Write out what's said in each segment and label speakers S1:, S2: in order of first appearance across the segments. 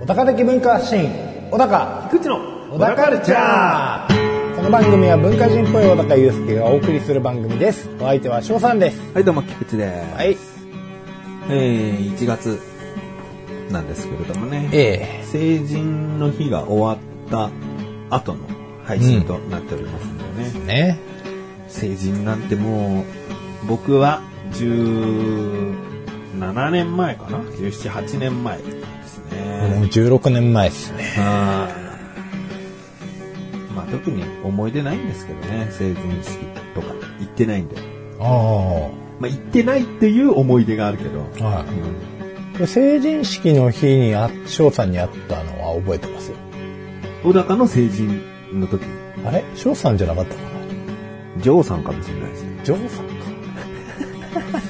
S1: 小高的文化シーン小高
S2: 菊池の
S1: 小高ルチャーこの番組は文化人っぽい小高祐介がお送りする番組ですお相手は翔さんです
S2: はい、どうも、菊池です。
S1: はい
S2: えー、1月なんですけれどもね。
S1: え
S2: 成人の日が終わった後の配信となっておりますのでね。
S1: えね
S2: 成人なんてもう、僕は17年前かな ?17、8年前です
S1: もう
S2: ね。
S1: 16年前ですね
S2: あーまあ、特に思い出ないんですけどね。成人式とか行ってないんで。
S1: あ
S2: まあ、行ってないっていう思い出があるけど。
S1: あは
S2: うん
S1: い成人式の日にあ翔さんに会ったのは覚えてますよ
S2: 小高の成人の時、
S1: あれ翔さんじゃなかったかな
S2: ジョーさんかもしれないですね。
S1: ジョーさ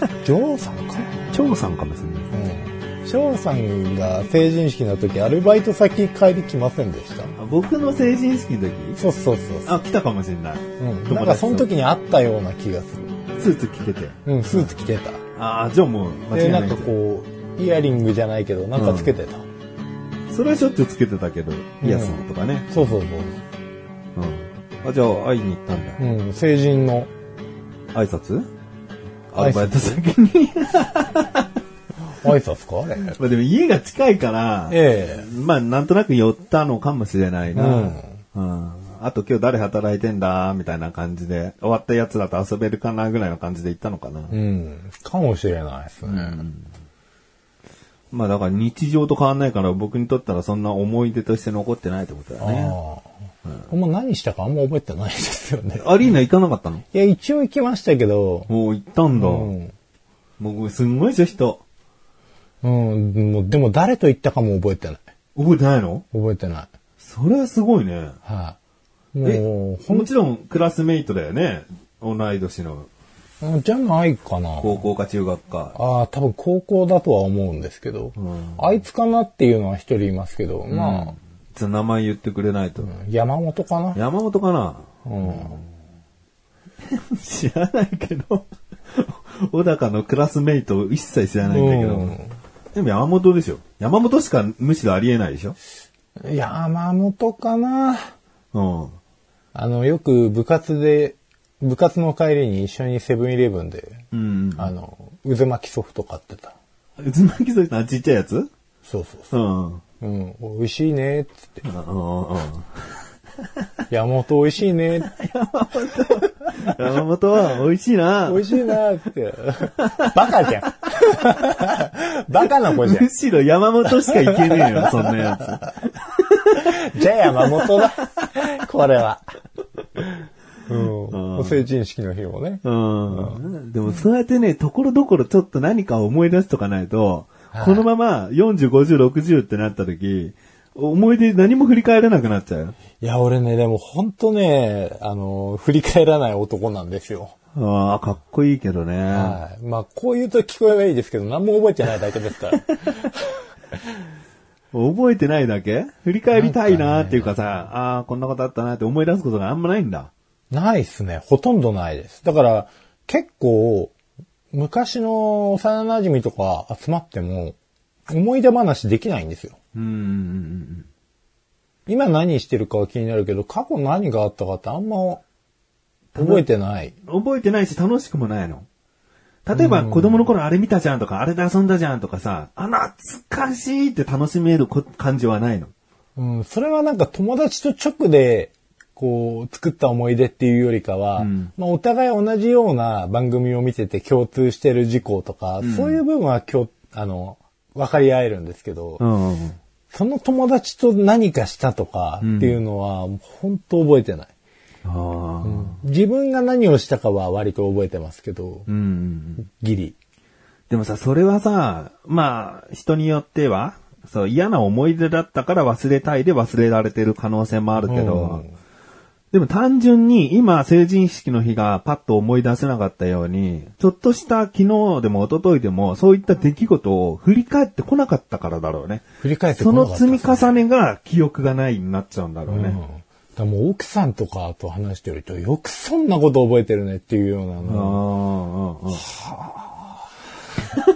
S1: んか ジョーさんか
S2: チョーさんかもしれないですね。
S1: うん翔さんが成人式の時アルバイト先帰り来ませんでした
S2: あ僕の成人式の時
S1: そうそうそうそう
S2: あ、来たかもしれない。
S1: うん、
S2: 友達と
S1: なんかその時にあったような気がする。
S2: スーツ着てて。
S1: うん、スーツ着てた。
S2: ああ、じゃあもう間違
S1: で、
S2: いな
S1: ないん
S2: です
S1: かこう、イヤリングじゃないけど、なんかつけてた。
S2: それはしょっちゅうつけてたけど、イヤスとかね。
S1: そうそうそう。
S2: うん。あ、じゃあ会いに行ったんだ。
S1: うん、成人の。
S2: 挨拶
S1: 拶
S2: アルバイト先に。
S1: 挨拶かあれ。
S2: まあでも家が近いから、
S1: え
S2: まあなんとなく寄ったのかもしれないな。うん。あと今日誰働いてんだみたいな感じで、終わったやつだと遊べるかなぐらいの感じで行ったのかな。
S1: えうん、かもしれないですね。
S2: まあだから日常と変わんないから僕にとったらそんな思い出として残ってないってことだ
S1: あ
S2: ね。
S1: あ。ほんま何したかあんま覚えてないですよね。
S2: アリーナ行かなかったの
S1: いや、一応行きましたけど、
S2: もう行ったんだ。
S1: うん、
S2: もうすんごい女子と。
S1: うん、もうでも誰と行ったかも覚えてない。
S2: 覚えてないの
S1: 覚えてない。
S2: それはすごいね。
S1: はい、
S2: え
S1: もう、ほん
S2: もちろんクラスメイトだよね。同い年の
S1: うんじゃないかな。
S2: 高校か中学か。
S1: ああ、多分高校だとは思うんですけど、
S2: ん
S1: あいつかなっていうのは一人いますけど、ま
S2: ちょっと名前言ってくれないと。
S1: あ、山本かな。
S2: 山本かな
S1: うん。
S2: 知らないけど。小高のクラスメイトを一切知らないんだけど。
S1: うん
S2: でも山本でしょ。山本しかむしろありえないでしょ。
S1: 山本かな。
S2: うん。
S1: あの、よく部活で、部活の帰りに一緒にセブンイレブンで、
S2: うん。
S1: あの、渦巻きソフト買ってた。
S2: 渦巻きそしてあちっちゃいやつ
S1: そうそうそ
S2: うん。うん
S1: う。うん、美味しいねっつって。
S2: うんうん。
S1: 山本美味しいね って
S2: 山本は美味しいな。
S1: 美味しいなって。バカじゃん。 バカな子じゃん
S2: む。しろ山本しかいけねえよ、そんなや
S1: じゃあ山本 だ。これは。うん。成人式の日もね
S2: つ。。うん。でもそうやってね、ところどころちょっと何かを思い出すとかないと、
S1: はい
S2: このまま40、50、60ってなった時、思い出何も振り返らなくなっちゃうよ。
S1: いや、俺ね、でもほんとね、あの、振り返らない男なんですよ。
S2: ああ、かっこいいけどね。
S1: はい。まあ、こう言うと聞こえはいいですけど、何も覚えてないだけですから。
S2: 覚えてないだけ振り返りたいなっていうかさ、ああ、こんなことあったなって思い出すことがあんまないんだ。
S1: ないっすね。ほとんどないです。だから、結構、昔の幼馴染とか集まっても、思い出話できないんですよ。
S2: うんうんうん
S1: 今何してるかは気になるけど、過去何があったかってあんま覚えてない。
S2: うん。覚えてないし楽しくもないの。例えば子供の頃あれ見たじゃんとか、あれで遊んだじゃんとかさ、あ、懐かしいって楽しめるこ感じはないの。
S1: うん、それはなんか友達と直で、こう、作った思い出っていうよりかは、
S2: うん
S1: まあお互い同じような番組を見てて共通してる事項とか、そういう部分は今日、あの、分かり合えるんですけど、
S2: うん。
S1: その友達と何かしたとかっていうのは、本当覚えてない。
S2: ああ。
S1: 自分が何をしたかは割と覚えてますけど、
S2: うん。
S1: ギリ。
S2: でもさ、それはさ、まあ、人によっては、そう、嫌な思い出だったから忘れたいで忘れられてる可能性もあるけど、
S1: うん
S2: でも単純に今成人式の日がパッと思い出せなかったように、ちょっとした昨日でも一昨日でもそういった出来事を振り返ってこなかったからだろうね。
S1: 振り返ってこ
S2: そ
S1: なか
S2: の
S1: った
S2: 積み重ねが記憶がないになっちゃうんだろうね。
S1: うんだからもう奥さんとかと話してると、よくそんなこと覚えてるねっていうような
S2: あ
S1: の、
S2: あ、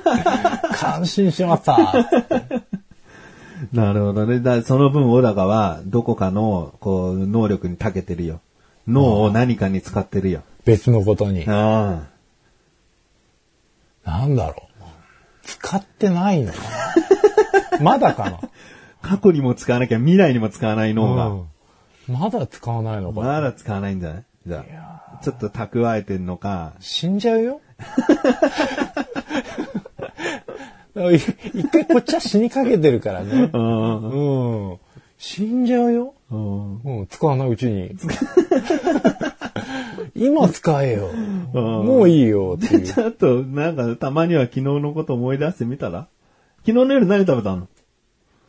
S2: ああ
S1: 感心しました。
S2: なるほどね。だその分、小高は、どこかの、こう、能力に長けてるよ。脳を何かに使ってるよ。
S1: 別のことに。
S2: ああ。
S1: なんだろう。使ってないのかな まだか
S2: 過去にも使わなきゃ、未来にも使わない
S1: な、
S2: 脳が。
S1: うんまだ使わないのかな、
S2: まだ使わないんじゃないじゃあ、ちょっと蓄えてんのか、
S1: 死んじゃうよ だからい一回こっちは死にかけてるからね。
S2: うん。
S1: うん。死んじゃうよ。
S2: うん。
S1: うん、使わないうちに。今使えよ。もういいよっていう。
S2: ちょっと、なんか、たまには昨日のこと思い出してみたら昨日の夜何食べたの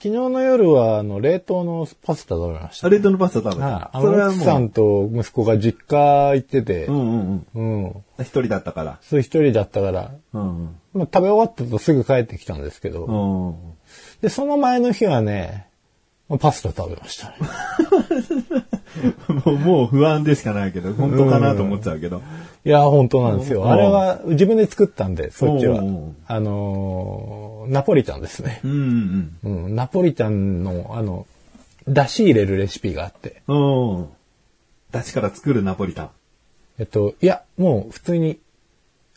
S1: 昨日の夜は、あの、冷凍のパスタ食べました。
S2: あレートのパスタ食べ
S1: はい
S2: た。
S1: あの、奥さんと息子が実家行ってて、
S2: う
S1: うん。
S2: んうんうん。一人だったから。
S1: そう一人だったから、
S2: うんうん。
S1: まあ、食べ終わったとすぐ帰ってきたんですけど、
S2: うん。
S1: で、その前の日はね、まあパスタ食べま したね。
S2: もうもう不安でしかないけど、本当かなと思っちゃうけど。
S1: いや、本当なんです
S2: うん
S1: よ。あれは自分で作ったんで、そっちは
S2: うんうん。
S1: あのーナポリタンですね。
S2: うんうん
S1: うん、ナポリタンの、あの、出汁入れるレシピがあって。
S2: うん。うん。だしから作るナポリタン。
S1: えっと、いや、もう普通に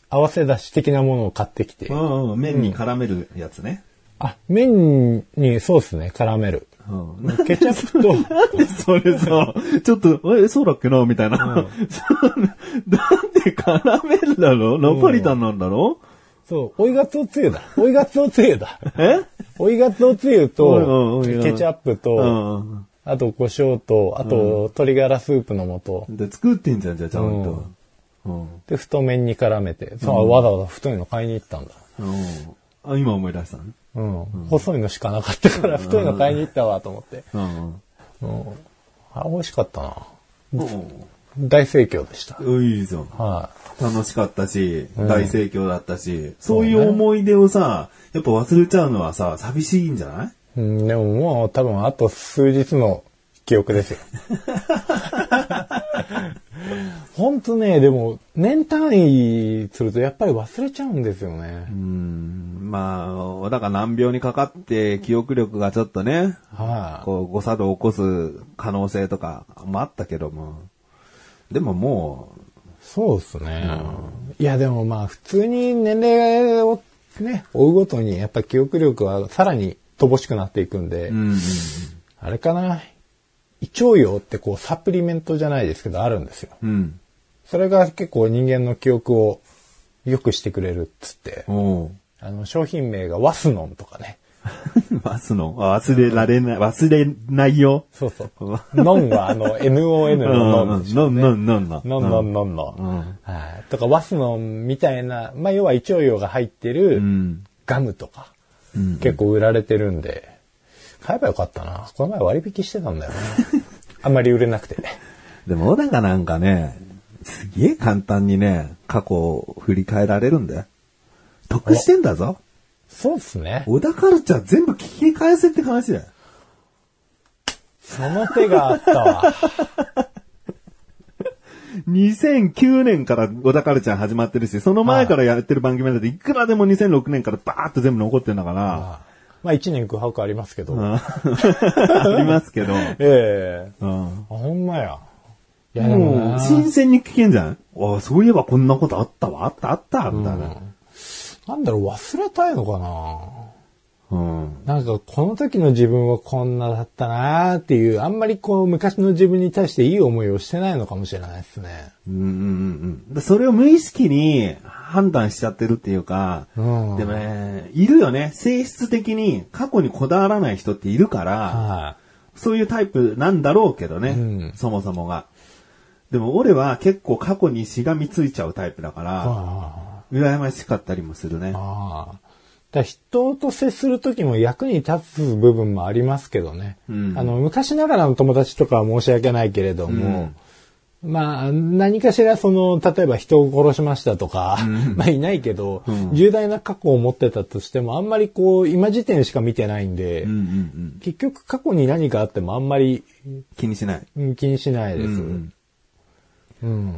S1: 合わせ出汁的なものを買ってきて
S2: う、んうん。麺に絡めるやつね。
S1: あ、麺にソースね、絡める。
S2: うん。
S1: ケチャップと、
S2: それさ、ちょっと、え、そうだっけなみたい な。だって絡めるだろナポリタンなんだろ
S1: そう、追いガツオつゆだ。追いガツオつゆだ。
S2: え
S1: 追いガツオつゆ
S2: うん
S1: と、
S2: うんうん
S1: ケチャップ
S2: う
S1: と、
S2: んうん
S1: あと胡椒と、あと鶏ガラスープの素
S2: うん。で、作ってんじゃん、じゃあ、ちゃんと。うん。
S1: で、太麺に絡めて、さあ、わざわざ太いの買いに行ったんだ。
S2: うんあ、今思い出したね。
S1: うん。細いのしかなかったから、太いの買いに行ったわ、と思って。
S2: うん
S1: うん。あ、美味しかったな。
S2: うん。
S1: 大盛況でした。
S2: うん。いいじゃん。
S1: は
S2: 楽しかったし、大盛況だったし、そういう思い出をさ、やっぱ忘れちゃうのはさ、寂しいんじゃない
S1: い。うん、でももう多分あと数日の記憶 ですよ。ほんとね、でも年単位するとやっぱり忘れちゃうんですよね。
S2: うん。まあ、だから難病にかかって記憶力がちょっとね、
S1: はい、
S2: こう誤作動を起こす可能性とかもあったけども、でもも
S1: そうですね、いやでもまあ普通に年齢をね、追うごとにやっぱ記憶力はさらに乏しくなっていくんで、
S2: う、うん。
S1: あれかな。胃腸用ってこうサプリメントじゃないですけどあるんですよ。
S2: うん。
S1: それが結構人間の記憶を良くしてくれるっつって、
S2: おう
S1: あの商品名がワスノンとかね。
S2: 忘すのあ忘れられない、忘れないよ。
S1: そうそう
S2: わ。
S1: ノンはあの NON
S2: う
S1: のノン
S2: ん
S1: でしょ。
S2: のんのんのんのん。
S1: ノンノンノンノン。はい。とかワスノンみたいな、まあ要は胃腸用が入って
S2: う
S1: る
S2: ん。
S1: ガムとか、
S2: うん
S1: 結構売られてるんで、買えばよかったな。この前割引してたんだよ ね。あんまり売れなくて。
S2: でも、小高なんかね、すげえ簡単にね、過去を振り返られるんだよ。得してんだぞ。
S1: そうっすね。
S2: 小田カルチャー全部聞き返せって話だよ。
S1: その手があった わ。
S2: 2009年から小田カルチャー始まってるし、その前からやってる番組なんていくらでも2006年からバーっと全部残ってんだから、
S1: まあ一年空白ありますけど。
S2: ありますけど、
S1: ええ
S2: うん
S1: あ、ほんまや。いやでも
S2: も
S1: な
S2: う、新鮮に聞けんじゃんあそういえばこんなことあったわ、あったあった、みたいな。
S1: なんだろう、忘れたいのか
S2: うん。
S1: ななんか、この時の自分はこんなだったなーっていう、あんまりこう、昔の自分に対していい思いをしてないのかもしれないですね。
S2: うんうんうんうん。でそれを無意識に判断しちゃってるっていうか、
S1: うん
S2: でもね、いるよね。性質的に過去にこだわらない人っているから、
S1: は
S2: そういうタイプなんだろうけどね、
S1: うん
S2: そもそもが。でも俺は結構過去にしがみついちゃうタイプだか
S1: い、あ
S2: ら、
S1: あ
S2: 羨ましかったりもするね。
S1: ああ。だから人と接する時も役に立つ部分もありますけどね。
S2: うん
S1: あの、昔ながらの友達とかは申し訳ないけれども、まあ、何かしらその、例えば人を殺しましたとか、 まあいないけど、重大な過去を持ってたとしても、あんまりこう、今時点しか見てないんで、
S2: うんうんうん。
S1: 結局過去に何かあってもあんまり
S2: 気にしない。
S1: うん気にしないです。
S2: うん
S1: うん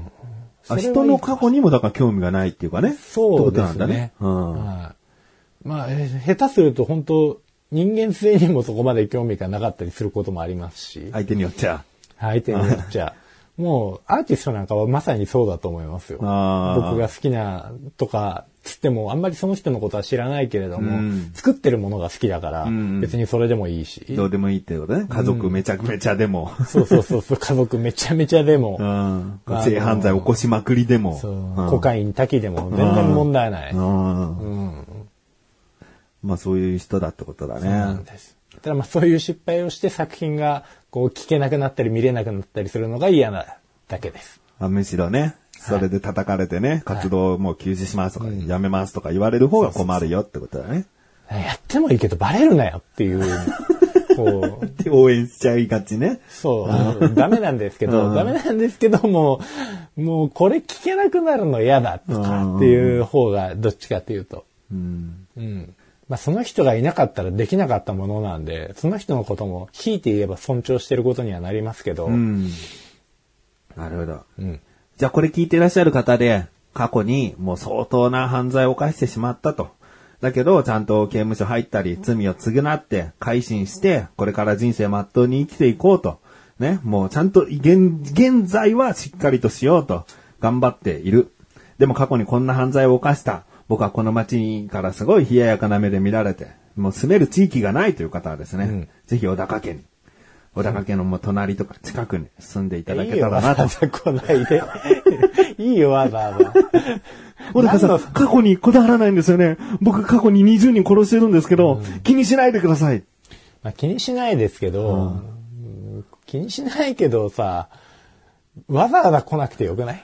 S2: あ人の過去にもだから興味がないっていうかね。
S1: そう
S2: ってこと
S1: で
S2: なん
S1: す
S2: だね
S1: ね。。
S2: うん。
S1: はいまあ、え下手すると本当人間性にもそこまで興味がなかったりすることもありますし、
S2: 相手によっちゃ。
S1: 相手によっちゃ。もう、アーティストなんかはまさにそうだと思いますよ。
S2: あー
S1: 僕が好きなとか、つっても、あんまりその人のことは知らないけれども、
S2: うん
S1: 作ってるものが好きだから、
S2: ん
S1: 別にそれでもいいし。
S2: どうでもいいってことね。家族めちゃくめちゃでも。
S1: そうそうそうそう、家族めちゃめちゃでも、
S2: うん。
S1: あの
S2: 性犯罪起こしまくりでも。
S1: そう
S2: うん
S1: コカイン滝でも全然問題ない。
S2: うん
S1: うん
S2: まあそういう人だってことだ
S1: なん
S2: ね。
S1: です。ただまあそういう失敗をして作品がこう聞けなくなったり見れなくなったりするのが嫌なだけです。
S2: あむしろね、それで叩かれてね、活動をもう休止しますとか、やめますとか言われる方が困るよってことだね。
S1: やってもいいけどバレるなよっていう、こう、
S2: で、応援しちゃいがちね。
S1: そう、ダメなんですけど、ダメなんですけどもう、もうこれ聞けなくなるの嫌だとかっていう方がどっちかっていうと。
S2: うん。
S1: うん。まあその人がいなかったらできなかったものなんで、その人のこともひいて言えば尊重してることにはなりますけど、
S2: うん。なるほど。
S1: うん
S2: じゃあこれ聞いていらっしゃる方で、過去にもう相当な犯罪を犯してしまったと。だけど、ちゃんと刑務所入ったり、罪を償って、改心して、これから人生まっとうに生きていこうと。ね、もうちゃんと、現、現在はしっかりとしようと、頑張っている。でも過去にこんな犯罪を犯した。僕はこの街からすごい冷ややかな目で見られて、もう住める地域がないという方はですね、
S1: うん
S2: ぜひ小高家に、小高家のもう隣とか近くに住んでいただ
S1: い
S2: け
S1: いよ
S2: たら
S1: わ
S2: な
S1: ざ
S2: と
S1: わざ来ないで。いいよ、わざわざ。
S2: 小高さ
S1: 何の
S2: ん、過去にこだわらないんですよね。僕過去に20人殺してるんですけど、気にしないでください。
S1: まあ、気にしないですけど、うん気にしないけどさ、わざわざ来なくてよくない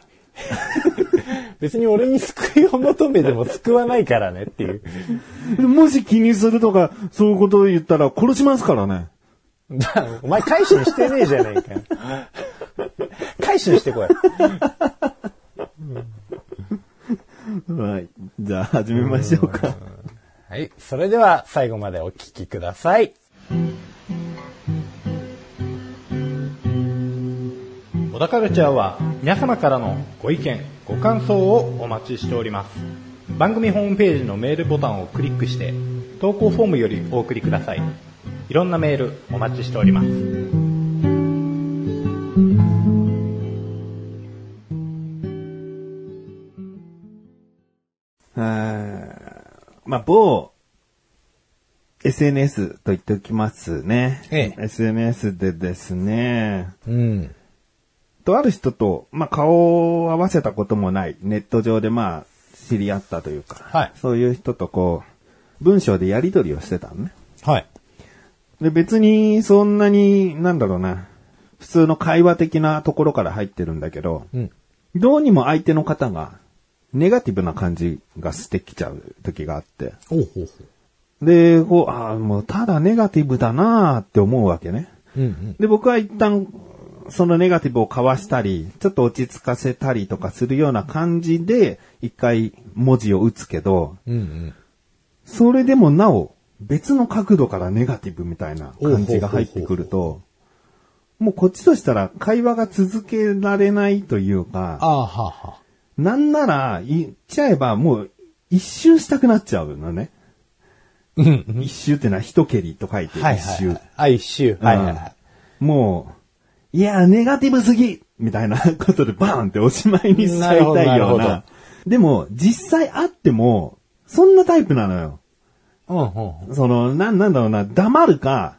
S1: 別に俺に救いを求めても救わないからねっていう。
S2: もし気にするとか、そういうことを言ったら殺しますからね。
S1: だお前、改心してねえじゃねえかよ。改心してこい。
S2: はい。じゃあ始めましょうか。
S1: はい。それでは最後までお聞きください。小田カルチャーは皆様からのご意見、ご感想をお待ちしております。番組ホームページのメールボタンをクリックして、投稿フォームよりお送りください。いろんなメールお待ちしております。
S2: はいまあ、某、SNS と言っておきますね。
S1: え
S2: SNS でですね、
S1: うん。
S2: とある人と、まあ、顔を合わせたこともない、ネット上でまあ、知り合ったというか、
S1: はい
S2: そういう人とこう、文章でやり取りをしてたのね。
S1: はい。
S2: で、別に、そんなに、なんだろうな、普通の会話的なところから入ってるんだけど、
S1: うん。
S2: どうにも相手の方が、ネガティブな感じがしてきちゃう時があって、
S1: おうほうほ
S2: で、こう、ああ、もうただネガティブだなーって思うわけね。
S1: う。うん
S2: で、僕は一旦、そのネガティブをかわしたり、ちょっと落ち着かせたりとかするような感じで、一回文字を打つけど、
S1: うん。うんうん。
S2: それでもなお、別の角度からネガティブみたいな感じが入ってくると、もうこっちとしたら会話が続けられないというか、
S1: ああ、はあはあ。
S2: なんなら言っちゃえばもう一周したくなっちゃうのね。
S1: うん。
S2: 一周ってのは一蹴りと書いて
S1: はいはいはい。
S2: 一周。
S1: あ、一周。はいはいはい。
S2: もう、いや、ネガティブすぎみたいなことでバーンっておしまいにしちゃいた
S1: ないる
S2: よ
S1: ほど
S2: う
S1: なる
S2: な。でも、実際会っても、そんなタイプなのよ。
S1: うんうんうん。
S2: その、なん、なんだろうな、黙るか、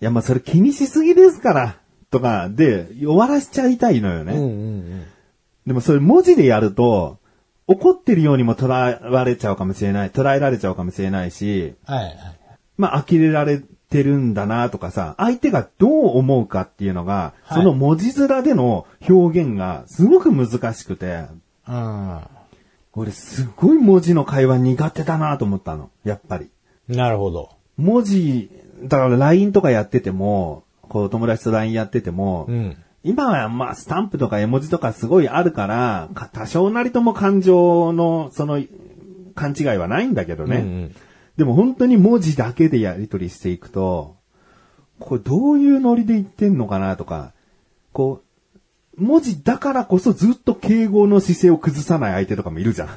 S2: いや、まあ、それ気にしすぎですから、とか、で、終わらしちゃいたいのよね。
S1: うんうん
S2: でも、それ文字でやると、怒ってるようにも捉われちゃうかもしれない、捉えられちゃうかもしれないし、
S1: うん。はいはい。
S2: まあ、呆れられてるんだなとかさ、相手がどう思うかっていうのが、
S1: はい
S2: その文字面での表現がすごく難しくて、
S1: う
S2: 俺すごい文字の会話苦手だなと思ったの、やっぱり。
S1: ん。なるほど。
S2: 文字、だから LINE とかやってても、こう友達と LINE やってても、
S1: うん。
S2: 今はまあスタンプとか絵文字とかすごいあるから、か多少なりとも感情のその勘違いはないんだけどね。
S1: うんうん
S2: でも本当に文字だけでやり取りしていくと、これどういうノリで言ってんのかなとか、こう、文字だからこそずっと敬語の姿勢を崩さない相手とかもいるじゃん。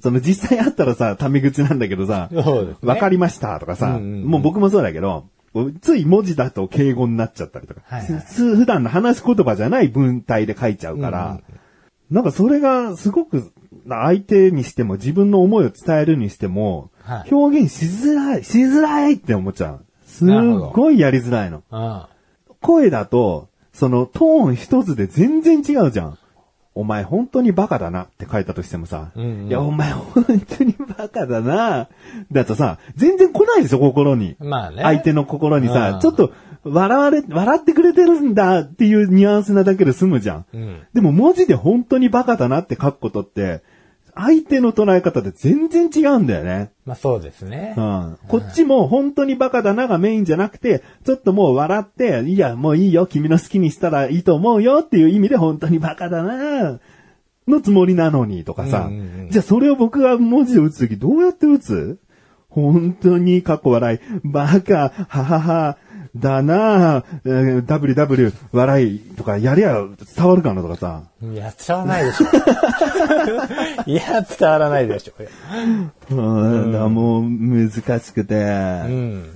S2: その実際あったらさ、タメ口なんだけどさ、
S1: そうですね
S2: わかりましたとかさ、
S1: うんうんうん
S2: もう僕もそうだけど、つい文字だと敬語になっちゃったりとか、
S1: はいはい
S2: す普段の話し言葉じゃない文体で書いちゃうから、
S1: うんうん
S2: なんかそれがすごく相手にしても自分の思いを伝えるにしても、
S1: はい
S2: 表現しづらい、しづらいって思っちゃう。すっ
S1: なるほど
S2: ごいやりづらいの。
S1: あ
S2: 声だと、そのトーン一つで全然違うじゃん。お前本当にバカだなって書いたとしてもさ、
S1: うんうん
S2: いやお前本当にバカだなだとさ、全然来ないでしょ心に。
S1: まあね
S2: 相手の心にさ
S1: う、ん
S2: ちょっと笑われ、笑ってくれてるんだっていうニュアンスなだけで済むじゃん。
S1: うん
S2: でも文字で本当にバカだなって書くことって、相手の捉え方で全然違うんだよね。
S1: まあそうですね
S2: う。んこっちも本当にバカだながメインじゃなくて、ちょっともう笑って、いや、もういいよ、君の好きにしたらいいと思うよっていう意味で本当にバカだなのつもりなのにとかさ、
S1: うんうんうん
S2: じゃあそれを僕が文字で打つときどうやって打つ本当に過去笑い、バカ、ははは、だなえー WW、笑いとかやりゃ伝わるかなとかさ、
S1: いや、伝わらないでしょ。 いや、伝わらないでしょ。
S2: うん、だからもう難しくて、
S1: うん。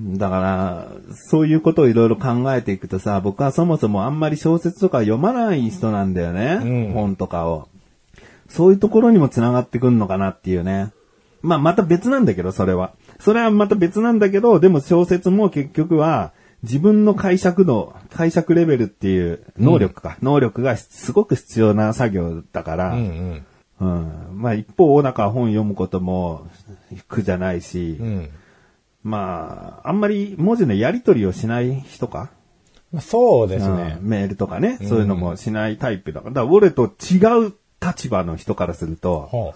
S2: だから、そういうことをいろいろ考えていくとさ、僕はそもそもあんまり小説とか読まない人なんだよね。
S1: うん
S2: 本とかを。そういうところにも繋がってくんのかなっていうね。まあ、また別なんだけど、それは。それはまた別なんだけど、でも小説も結局は、自分の解釈度、解釈レベルっていう能力か、能力がすごく必要な作業だから、
S1: うんうん。
S2: うん。まあ一方、なんか本読むことも苦じゃないし、
S1: うん。
S2: まあ、あんまり文字のやり取りをしない人か、
S1: まあそうですね
S2: うん。メールとかね、そういうのもしないタイプだから、だから俺と違う立場の人からすると、
S1: ほ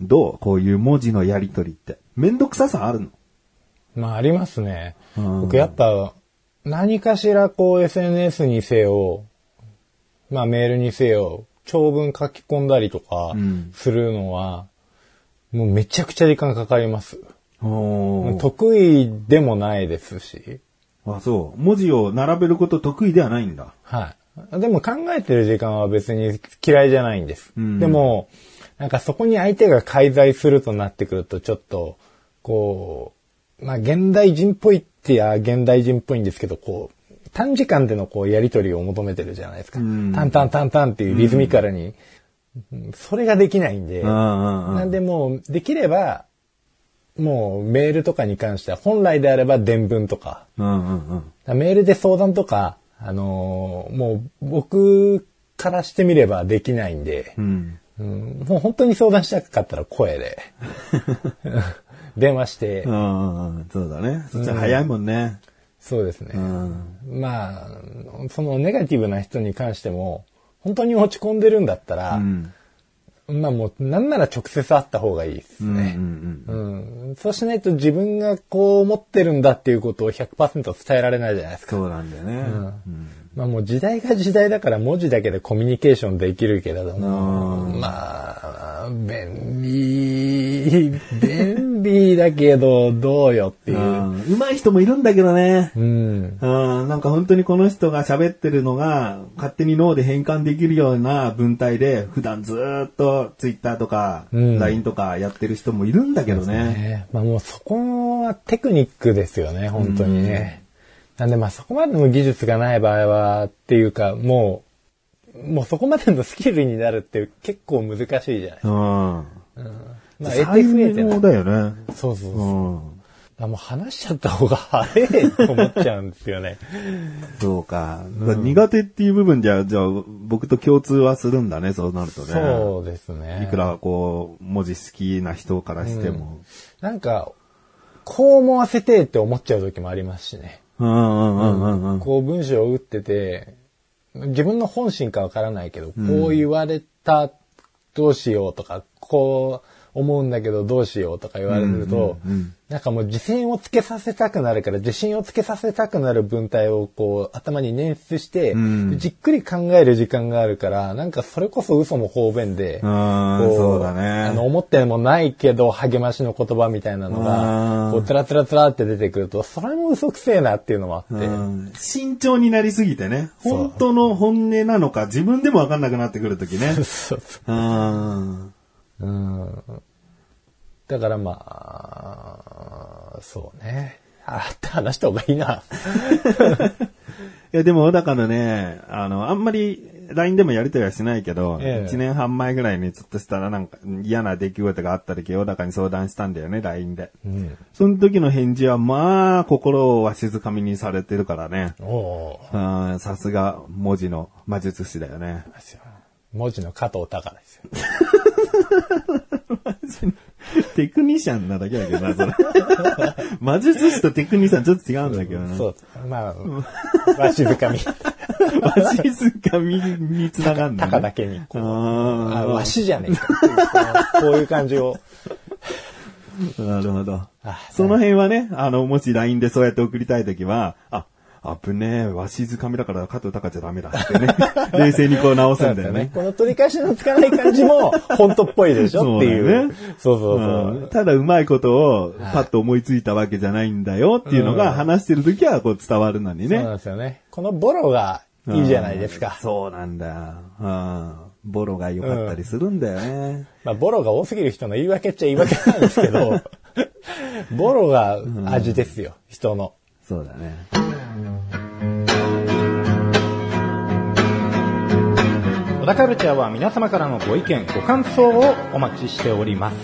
S2: どうこういう文字のやり取りって。めんどくささあるの
S1: う。まあありますね。
S2: うん
S1: 僕やっぱ、何かしらこう SNS にせよ、まあメールにせよ、長文書き込んだりとか
S2: うん
S1: するのは、もうめちゃくちゃ時間かかります。
S2: おー
S1: 得意でもないですし。
S2: あ、そう。文字を並べること得意ではないんだ。
S1: はい。でも考えてる時間は別に嫌いじゃないんです。
S2: うん
S1: でも、なんかそこに相手が介在するとなってくると、ちょっと、こう、まあ現代人っぽいってや現代人っぽいんですけど、こう、短時間でのこうやりとりを求めてるじゃないですか。
S2: うん
S1: タンタンタンタンっていうリズミカルに。うんそれができないんで。
S2: うんうんう
S1: なん
S2: ん。
S1: でもう、できれば、もうメールとかに関しては、本来であれば伝文とか、
S2: うんうんうん。
S1: だからメールで相談とか、あのーもう僕からしてみればできないんで
S2: う、ん。
S1: うんもう本当に相談したかったら声 で、電話して、
S2: うんうんうん。そうだね。そっちは早いもんね。
S1: そうですね。
S2: うん。
S1: まあ、そのネガティブな人に関しても、本当に落ち込んでるんだった
S2: う
S1: ら、
S2: ん。
S1: まあもう、なんなら直接会った方がいいです
S2: うんうんう
S1: ね。
S2: ん。
S1: うんそうしないと自分がこう思ってるんだっていうことを100%伝えられないじゃないですか。
S2: そうなんだよね。うん
S1: まあもう時代が時代だから文字だけでコミュニケーションできるけれども、まあ、便利、便利だけどどうよっていう。
S2: うまい人もいるんだけどね。
S1: うん。
S2: うん、なんか本当にこの人が喋ってるのが勝手に脳で変換できるような文体で普段ずーっと Twitter とか
S1: うん
S2: LINE とかやってる人もいるんだけどね。
S1: ねまあもうそこはテクニックですよね、本当にね。なんでまあそこまでの技術がない場合はっていうか、もう、もうそこまでのスキルになるって結構難しいじゃないですか
S2: うん。ま
S1: まあ、得て増えてない。
S2: だよね。
S1: そうそう
S2: う
S1: そう。
S2: ん。
S1: あもう話しちゃった方が早いと思っちゃうんです よね。
S2: そうか。苦手っていう部分じゃ、じゃあ僕と共通はするんだね、そうなるとね。
S1: そうですね。
S2: いく。らこう、文字好きな人からしても。
S1: なんか、こう思わせてって思っちゃう時もありますしね。
S2: うんうんうんうんうん。
S1: こう文章を打ってて、自分の本心かわからないけど、こう言われた、どうしようとか、こう思うんだけどどうしようとか言われると、
S2: うんうんうん
S1: なんかもう自信をつけさせたくなるから、自信をつけさせたくなる文体をこう頭に捻出して、
S2: ん
S1: じっくり考える時間があるから、なんかそれこそ嘘も方便で、
S2: あ
S1: こ
S2: ーそうだね
S1: あの、思ってもないけど励ましの言葉みたいなの
S2: う
S1: が
S2: ん、
S1: こう、つらつらつらって出てくると、それも嘘くせえなっていうのもあって、
S2: うん慎重になりすぎてね、
S1: そう
S2: 本当の本音なのか自分でもわかんなくなってくるときね。
S1: そうそう
S2: うん
S1: うんだからまあ、そうね。あって話した方がいいな。
S2: いや、でも、だからね、あの、あんまり、LINE でもやりとりはしないけど、
S1: ええ
S2: 1年半前ぐらいにちょっとしたらなんか嫌な出来事があった時、小高に相談したんだよね、LINE で。
S1: うん。
S2: その時の返事は、まあ、心をわしづかみにされてるからね。
S1: おお
S2: うんさすが、文字の魔術師だよね。
S1: ー。ですよ文字の加藤隆ですよ。
S2: テクニシャンなだけだけどな、それ。 魔術師とテクニシャンちょっと違うんだけどな。
S1: そう。まあ、わしづかみ。
S2: わしづかみに つながんだ、ね。
S1: 高だけにこうあ
S2: あ
S1: わしじゃねえかっていうこうこういう感じを。
S2: あ、なるほど。
S1: あ
S2: その辺はね、あの、もし LINE でそうやって送りたいときは、あ、あぶねえ、わしづかみだから加藤隆じゃダメだってね。冷静にこう直すんだよね。
S1: この取り返しのつかない感じ も、本当っぽいでしょっていう。そうそうそ
S2: うん
S1: う。
S2: ただうまいことをパッと思いついたわけじゃないんだよっていうのが話してるときはこう伝わるのに
S1: そう
S2: ね
S1: な。んですよね。このボロがいいじゃないです
S2: うん
S1: か。
S2: そうなんだ。うんボロが良かったりするんだよね。
S1: まあ、ボロが多すぎる人の言い訳っちゃ言い訳なんですけど、 ボロが味ですよ、人の。
S2: そうだね。
S3: 小田カルチャーは皆様からのご意見ご感想をお待ちしております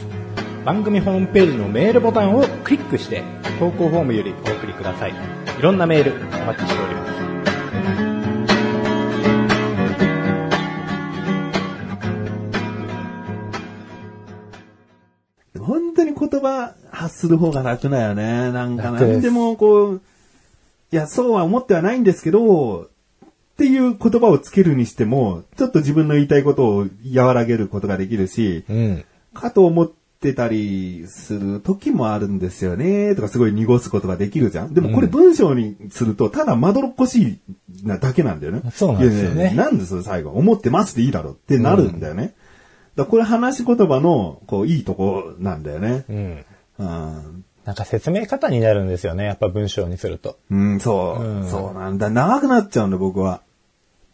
S3: 番組ホームページのメールボタンをクリックして投稿フォームよりお送りくださいいろんなメールお待ちしております
S2: 本当に言葉発する方が楽だよね。なんか
S1: 楽です
S2: 何でもこう、いや、そうは思ってはないんですけど、っていう言葉をつけるにしても、ちょっと自分の言いたいことを和らげることができるし、
S1: うん。
S2: かと思ってたりする時もあるんですよね、とかすごい濁すことができるじゃん。でもこれ文章にすると、ただまどろっこしいなだけなんだよね。
S1: そうなんですよね
S2: いやいやなんでそれ最後、思ってますでいいだろってなるんだよね。だからこれ話し言葉の、こう、いいとこなんだよね。
S1: うん。
S2: うん
S1: なんか説明方になるんですよね、やっぱ文章にすると。
S2: うん、そう、
S1: うん
S2: そうなんだ。長くなっちゃうんだ、僕は。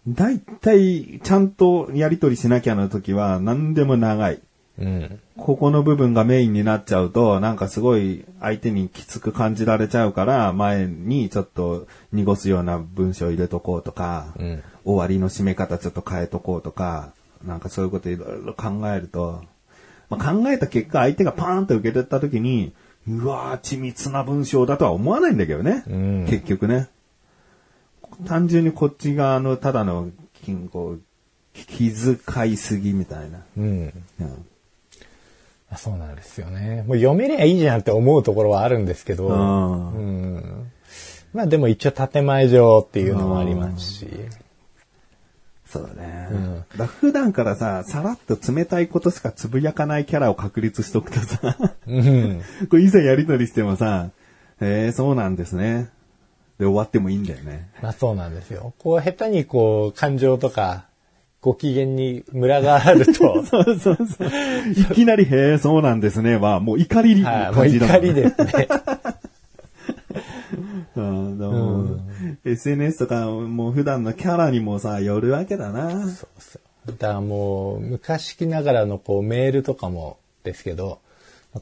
S2: だいたい、ちゃんとやりとりしなきゃの時は、何でも長い。
S1: うん。
S2: ここの部分がメインになっちゃうと、なんかすごい相手にきつく感じられちゃうから、前にちょっと濁すような文章入れとこうとか、
S1: うん
S2: 終わりの締め方ちょっと変えとこうとか、なんかそういうこといろいろ考えると、まあ、考えた結果相手がパーンと受け取った時に、うわー、緻密な文章だとは思わないんだけどね。
S1: うん
S2: 結局ね。単純にこっち側のただの、きこう気遣いすぎみたいな。
S1: うん。
S2: うん
S1: あそうなんですよね。もう読めりゃいいじゃんって思うところはあるんですけど、
S2: うん
S1: うん。まあでも一応建前上っていうのもありますし。
S2: そうね。
S1: ん
S2: だから普段からさ、さらっと冷たいことしかつぶやかないキャラを確立しとくとさ、
S1: うん。
S2: これ以前やりとりしてもさ、えー、そうなんですね。で終わってもいいんだよね。
S1: まあそうなんですよ。こう下手にこう感情とかご機嫌にムラがあ ると、
S2: そうそうそう。いきなり、へえ、そうなんですねは、もう怒りに
S1: はい、もう
S2: 感じだもん
S1: 怒りですね。
S2: うんでも SNS とか、もう普段のキャラにもさ、よるわけだな。
S1: そうそう。だからもう、昔ながらのこうメールとかもですけど、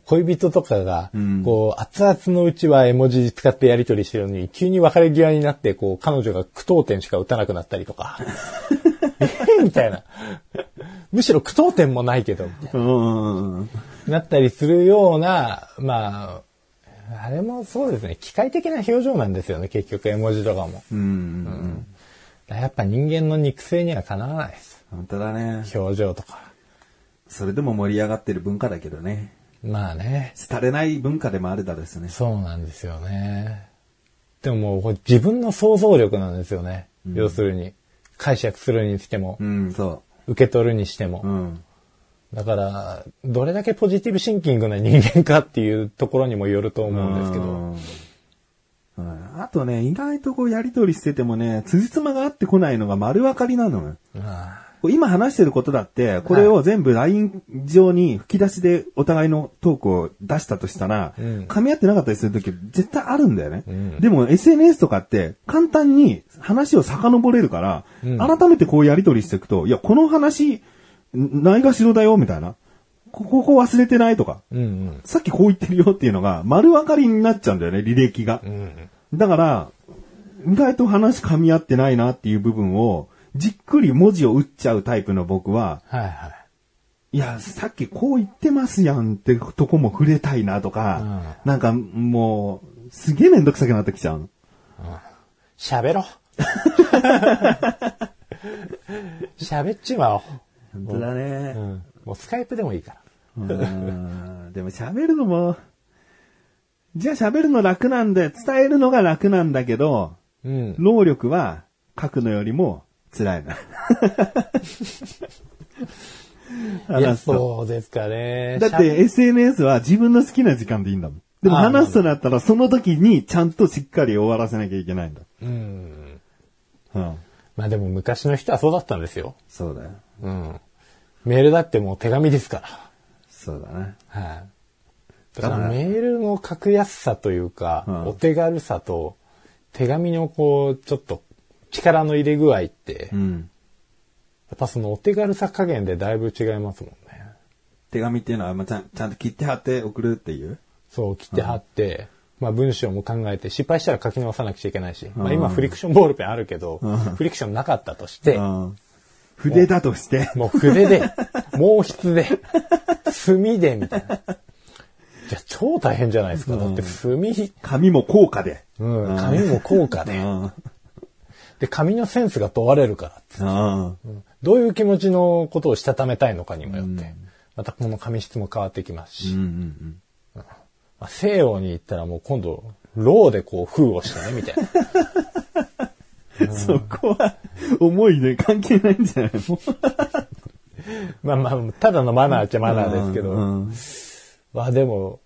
S1: 恋人とかが、こう、熱々のうちは絵文字使ってやり取りしてるのに、急に別れ際になって、こう、彼女が句読点しか打たなくなったりとか、えみたいな。むしろ句読点もないけど、みたいな。
S2: うんうんうん。
S1: なったりするような、まあ、あれもそうですね、機械的な表情なんですよね、結局絵文字とかも。
S2: うんうん。
S1: やっぱ人間の肉声にはかなわないです。
S2: 本当だね。
S1: 表情とか。
S2: それでも盛り上がってる文化だけどね。
S1: まあね、
S2: 廃れない文化でもあるだろうしね。
S1: そうなんですよね。でももうこれ自分の想像力なんですよね。要するに、解釈するにしても
S2: う、ん、そ
S1: 受け取るにしても
S2: う。う。ん。
S1: だから、どれだけポジティブシンキングな人間かっていうところにもよると思うんですけど、
S2: うん。うんあとね、意外とこうやりとりしててもね、辻褄が合ってこないのが丸分かりなのよ。
S1: まあ
S2: こう今話してることだって、これを全部 LINE 上に吹き出しでお互いのトークを出したとしたら、
S1: うん
S2: 噛み合ってなかったりするとき絶対あるんだよね。
S1: ん
S2: でも SNS とかって簡単に話を遡れるから、
S1: うん
S2: 改めてこうやりとりしていくと、いや、この話、ないがしろだよ、みたいな。こここ忘れてないとか。
S1: うんうん。
S2: さっきこう言ってるよっていうのが丸分かりになっちゃうんだよね、履歴が。
S1: うん。
S2: だから、意外と話噛み合ってないなっていう部分を、じっくり文字を打っちゃうタイプの僕は、
S1: はいはい。
S2: いや、さっきこう言ってますやんってとこも触れたいなとか、なんかもう、すげえめんどくさくなってきちゃう。
S1: 喋ろ。喋っちまおう。
S2: 本当だ
S1: う
S2: ね。
S1: ん。もうスカイプでもいいから。
S2: うんでも喋るのも、じゃあ喋るの楽なんで、伝えるのが楽なんだけど、
S1: うん。
S2: 労力は書くのよりも辛いな。
S1: いや、
S2: 話すと
S1: そうですかね。
S2: だって、SNS は自分の好きな時間でいいんだもん。でも
S1: あー
S2: 話すとなったらその時にちゃんとしっかり終わらせなきゃいけないんだ。
S1: うん。
S2: うん。
S1: まあでも昔の人はそうだったんですよ。
S2: そうだよ。
S1: うん。メールだってもう手紙ですから。
S2: そうだね。
S1: はい、だか
S2: だから
S1: らメールの書きやすさというか、
S2: うん
S1: お手軽さと、手紙のこう、ちょっと力の入れ具合って、
S2: う
S1: や
S2: ん。
S1: っぱそのお手軽さ加減でだいぶ違いますもんね。
S2: 手紙っていうのはまあちゃんちゃんと切って貼って送るっていう。
S1: そう、切って貼って、まあ文章も考えて、失敗したら書き直さなくちゃいけないし、ま
S2: う
S1: あ
S2: ん
S1: 今フリクションボールペンあるけど、
S2: うん
S1: フリクションなかったとして、
S2: うん。筆だとして。
S1: もう筆で、毛筆で、墨で、みたいな。じゃあ超大変じゃないですか。だって墨、
S2: 紙も高価で。
S1: うん、紙も高価
S2: う
S1: で、
S2: ん。うん。
S1: で、紙のセンスが問われるから、どういう気持ちのことをしたためたいのかにもよって、またこの紙質も変わってきますし、
S2: うんうん
S1: まあ西洋に行ったらもう今度、ローでこう封をしてね、みたいな。
S2: うん。そこは、思いで関係ないんじゃないの
S1: まあまあ、ただのマナーっちゃマナーですけど、
S2: うん。
S1: まあでも、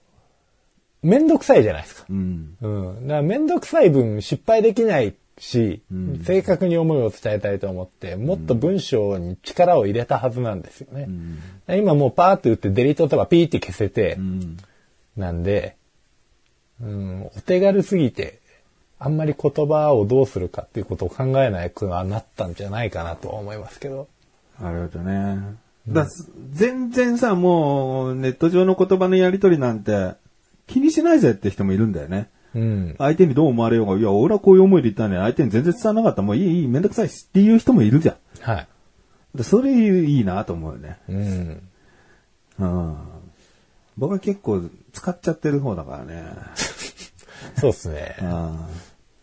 S1: めんどくさいじゃないですか。
S2: うん。
S1: うん。だからめんどくさい分失敗できないし、正確に思いを伝えたいと思って、もっと文章に力を入れたはずなんですよね。今もうパーって打ってデリートとかピーって消せて、
S2: うん。
S1: なんで、うん、お手軽すぎて、あんまり言葉をどうするかっていうことを考えなくはなったんじゃないかなとは思いますけど。
S2: なるほどね。だ、全然さ、もう、ネット上の言葉のやりとりなんて、気にしないぜって人もいるんだよね。
S1: うん。
S2: 相手にどう思われようが、いや、俺はこういう思いで言ったのに、相手に全然伝わらなかった、もういい、いい、めんどくさいしっていう人もいるじゃん。
S1: はい。
S2: だそれいいなと思うよね。
S1: うん。
S2: うん。僕は結構使っちゃってる方だから ね。
S1: そうですね。
S2: う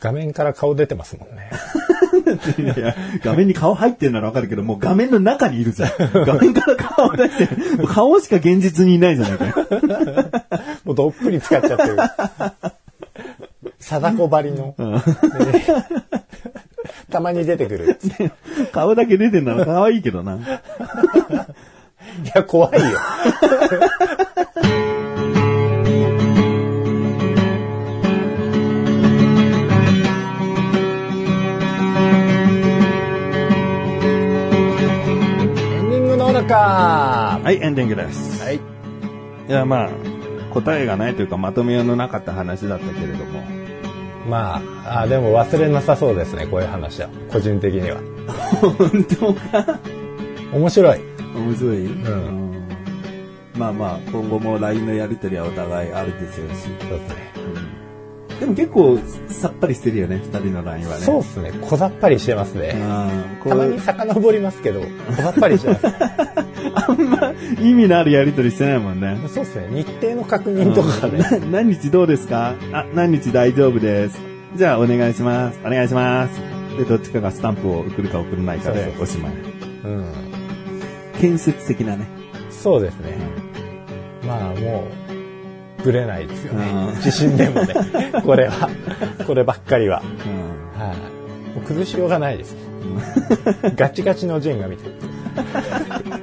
S1: 画面から顔出てますもんね。
S2: ん。いや、画面に顔入ってるならわかるけど、もう画面の中にいるじゃ ん。画面から顔出してる。もう顔しか現実にいないじゃないかよ。
S1: もうどっぷり使っちゃってる。貞子ばりの。ねたまに出てくる。
S2: 顔だけ出てんなら可愛いけどな。
S1: いや、怖いよ。エンディングのおか
S2: はい、エンディングです。
S1: はい。
S2: いや、まあ、答えがないというか、まとめようのなかった話だったけれども。
S1: まあ、あでも忘れなさそうですね、こういう話は。個人的には。
S2: 本当か
S1: 面白い。
S2: 面白い、
S1: う
S2: うん、まあまあ、今後も LINE のやりとりはお互いあるでしょうし。
S1: そうですね。
S2: でも結構さっぱりしてるよね、二人の LINE はね。
S1: そうですね、小ざっぱりしてますね。
S2: あこ
S1: たまに
S2: う
S1: 遡りますけど、小ざっぱりしてますね。
S2: あんま意味のあるやりとりしてないもんね。
S1: そうですね、日程の確認とかね。
S2: うん な何日どうですかあ、何日大丈夫です。じゃあお願いします。お願いします。で、どっちかがスタンプを送るか送らないか
S1: そう
S2: で
S1: そう
S2: おしまい。
S1: うん
S2: 建設的なね。
S1: そうですね。まあもう、ぶれないですよね。自信で もね、これは、こればっかりは。
S2: うん
S1: はい、もう崩しよう がないです。ガチガチのジェンガみたいな。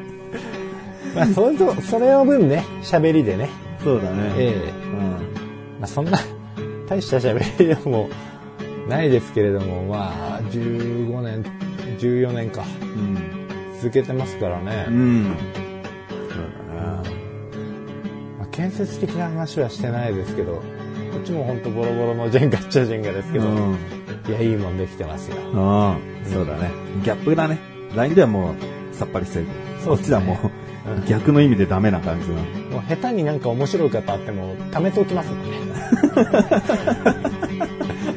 S1: まあ、それと、それの分ね、喋りでね。
S2: そうだね。
S1: ええまあ、そんな、 大した喋りでもないですけれども、まあ、15年、14年か、
S2: うん。
S1: 続けてますからね。
S2: うん。うん。そうだね。
S1: まあ、建設的な話はしてないですけど、こっちも本当ボロボロのジェンガっちゃジェンガですけど、
S2: うん。
S1: いや、いいもんできてますよ。
S2: うん。そうだね。ギャップだね。LINE ではもう、さっぱりしてる。
S1: そ
S2: そうっ
S1: ですね
S2: ちはも
S1: うん
S2: う、逆の意味でダメな感じだ。
S1: もう下手になんか面白い方あっても、貯めておきますもんね。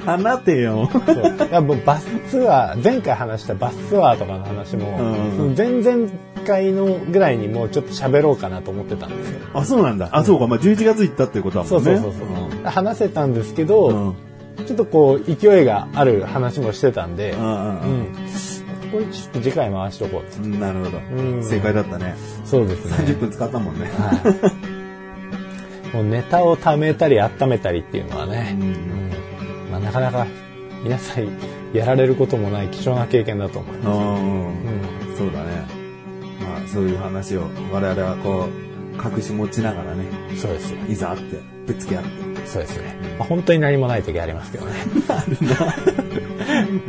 S2: 放てよ。
S1: そうだからもうバスツアー前回話したバスツアーとかの話も、
S2: うん
S1: その前々回のぐらいにもうちょっと喋ろうかなと思ってたんですよ。
S2: あ、そうなんだ。あ、そうか。まあ、11月行ったってことはも
S1: そ
S2: ん
S1: う
S2: ね。
S1: そうそうそう、話せたんですけど、
S2: うん。うん。
S1: ちょっとこう勢いがある話もしてたんで、
S2: うん
S1: う
S2: うん
S1: んこれちょっと次回回しとこうって
S2: うん。なるほど
S1: ん。
S2: 正解だったね。
S1: そうですね
S2: 30分使ったもんね。
S1: もうネタを貯めたり温めたりっていうのはね、
S2: うん
S1: まあ、なかなか皆さんやられることもない貴重な経験だと思います、
S2: うん。そうだね。まあ、そういう話を我々はこう、隠し持ちながらね、
S1: そうですよ
S2: いざあって、ぶつけ合って。
S1: そうですね、まあ、本当に何もない時ありますけどね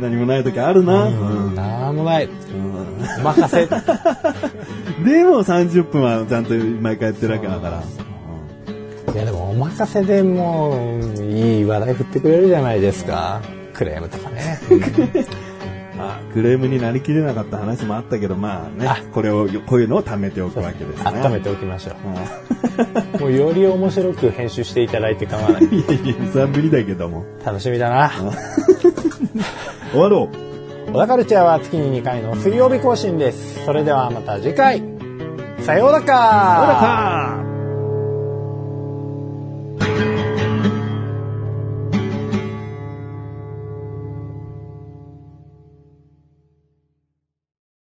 S2: 何もない時あるな。うん
S1: なんもない。
S2: うん
S1: お任せ。
S2: でも30分はちゃんと毎回やってるわけだから。
S1: いやでもお任せでもう、いい話題振ってくれるじゃないですか。クレームとかね。
S2: まあ、クレームになりきれなかった話もあったけど、まあね
S1: あ、
S2: これを、こういうのを貯めておくわけですね。
S1: 温めておきましょ
S2: う
S1: う。
S2: ん。
S1: もうより面白く編集していただいて構わない。
S2: いやいや、2、3ぶりだけども。
S1: 楽しみだな。
S2: 終わろう
S1: 小田カルチャーは月に2回の水曜日更新です。それではまた次回。さようだか
S2: 終わろうか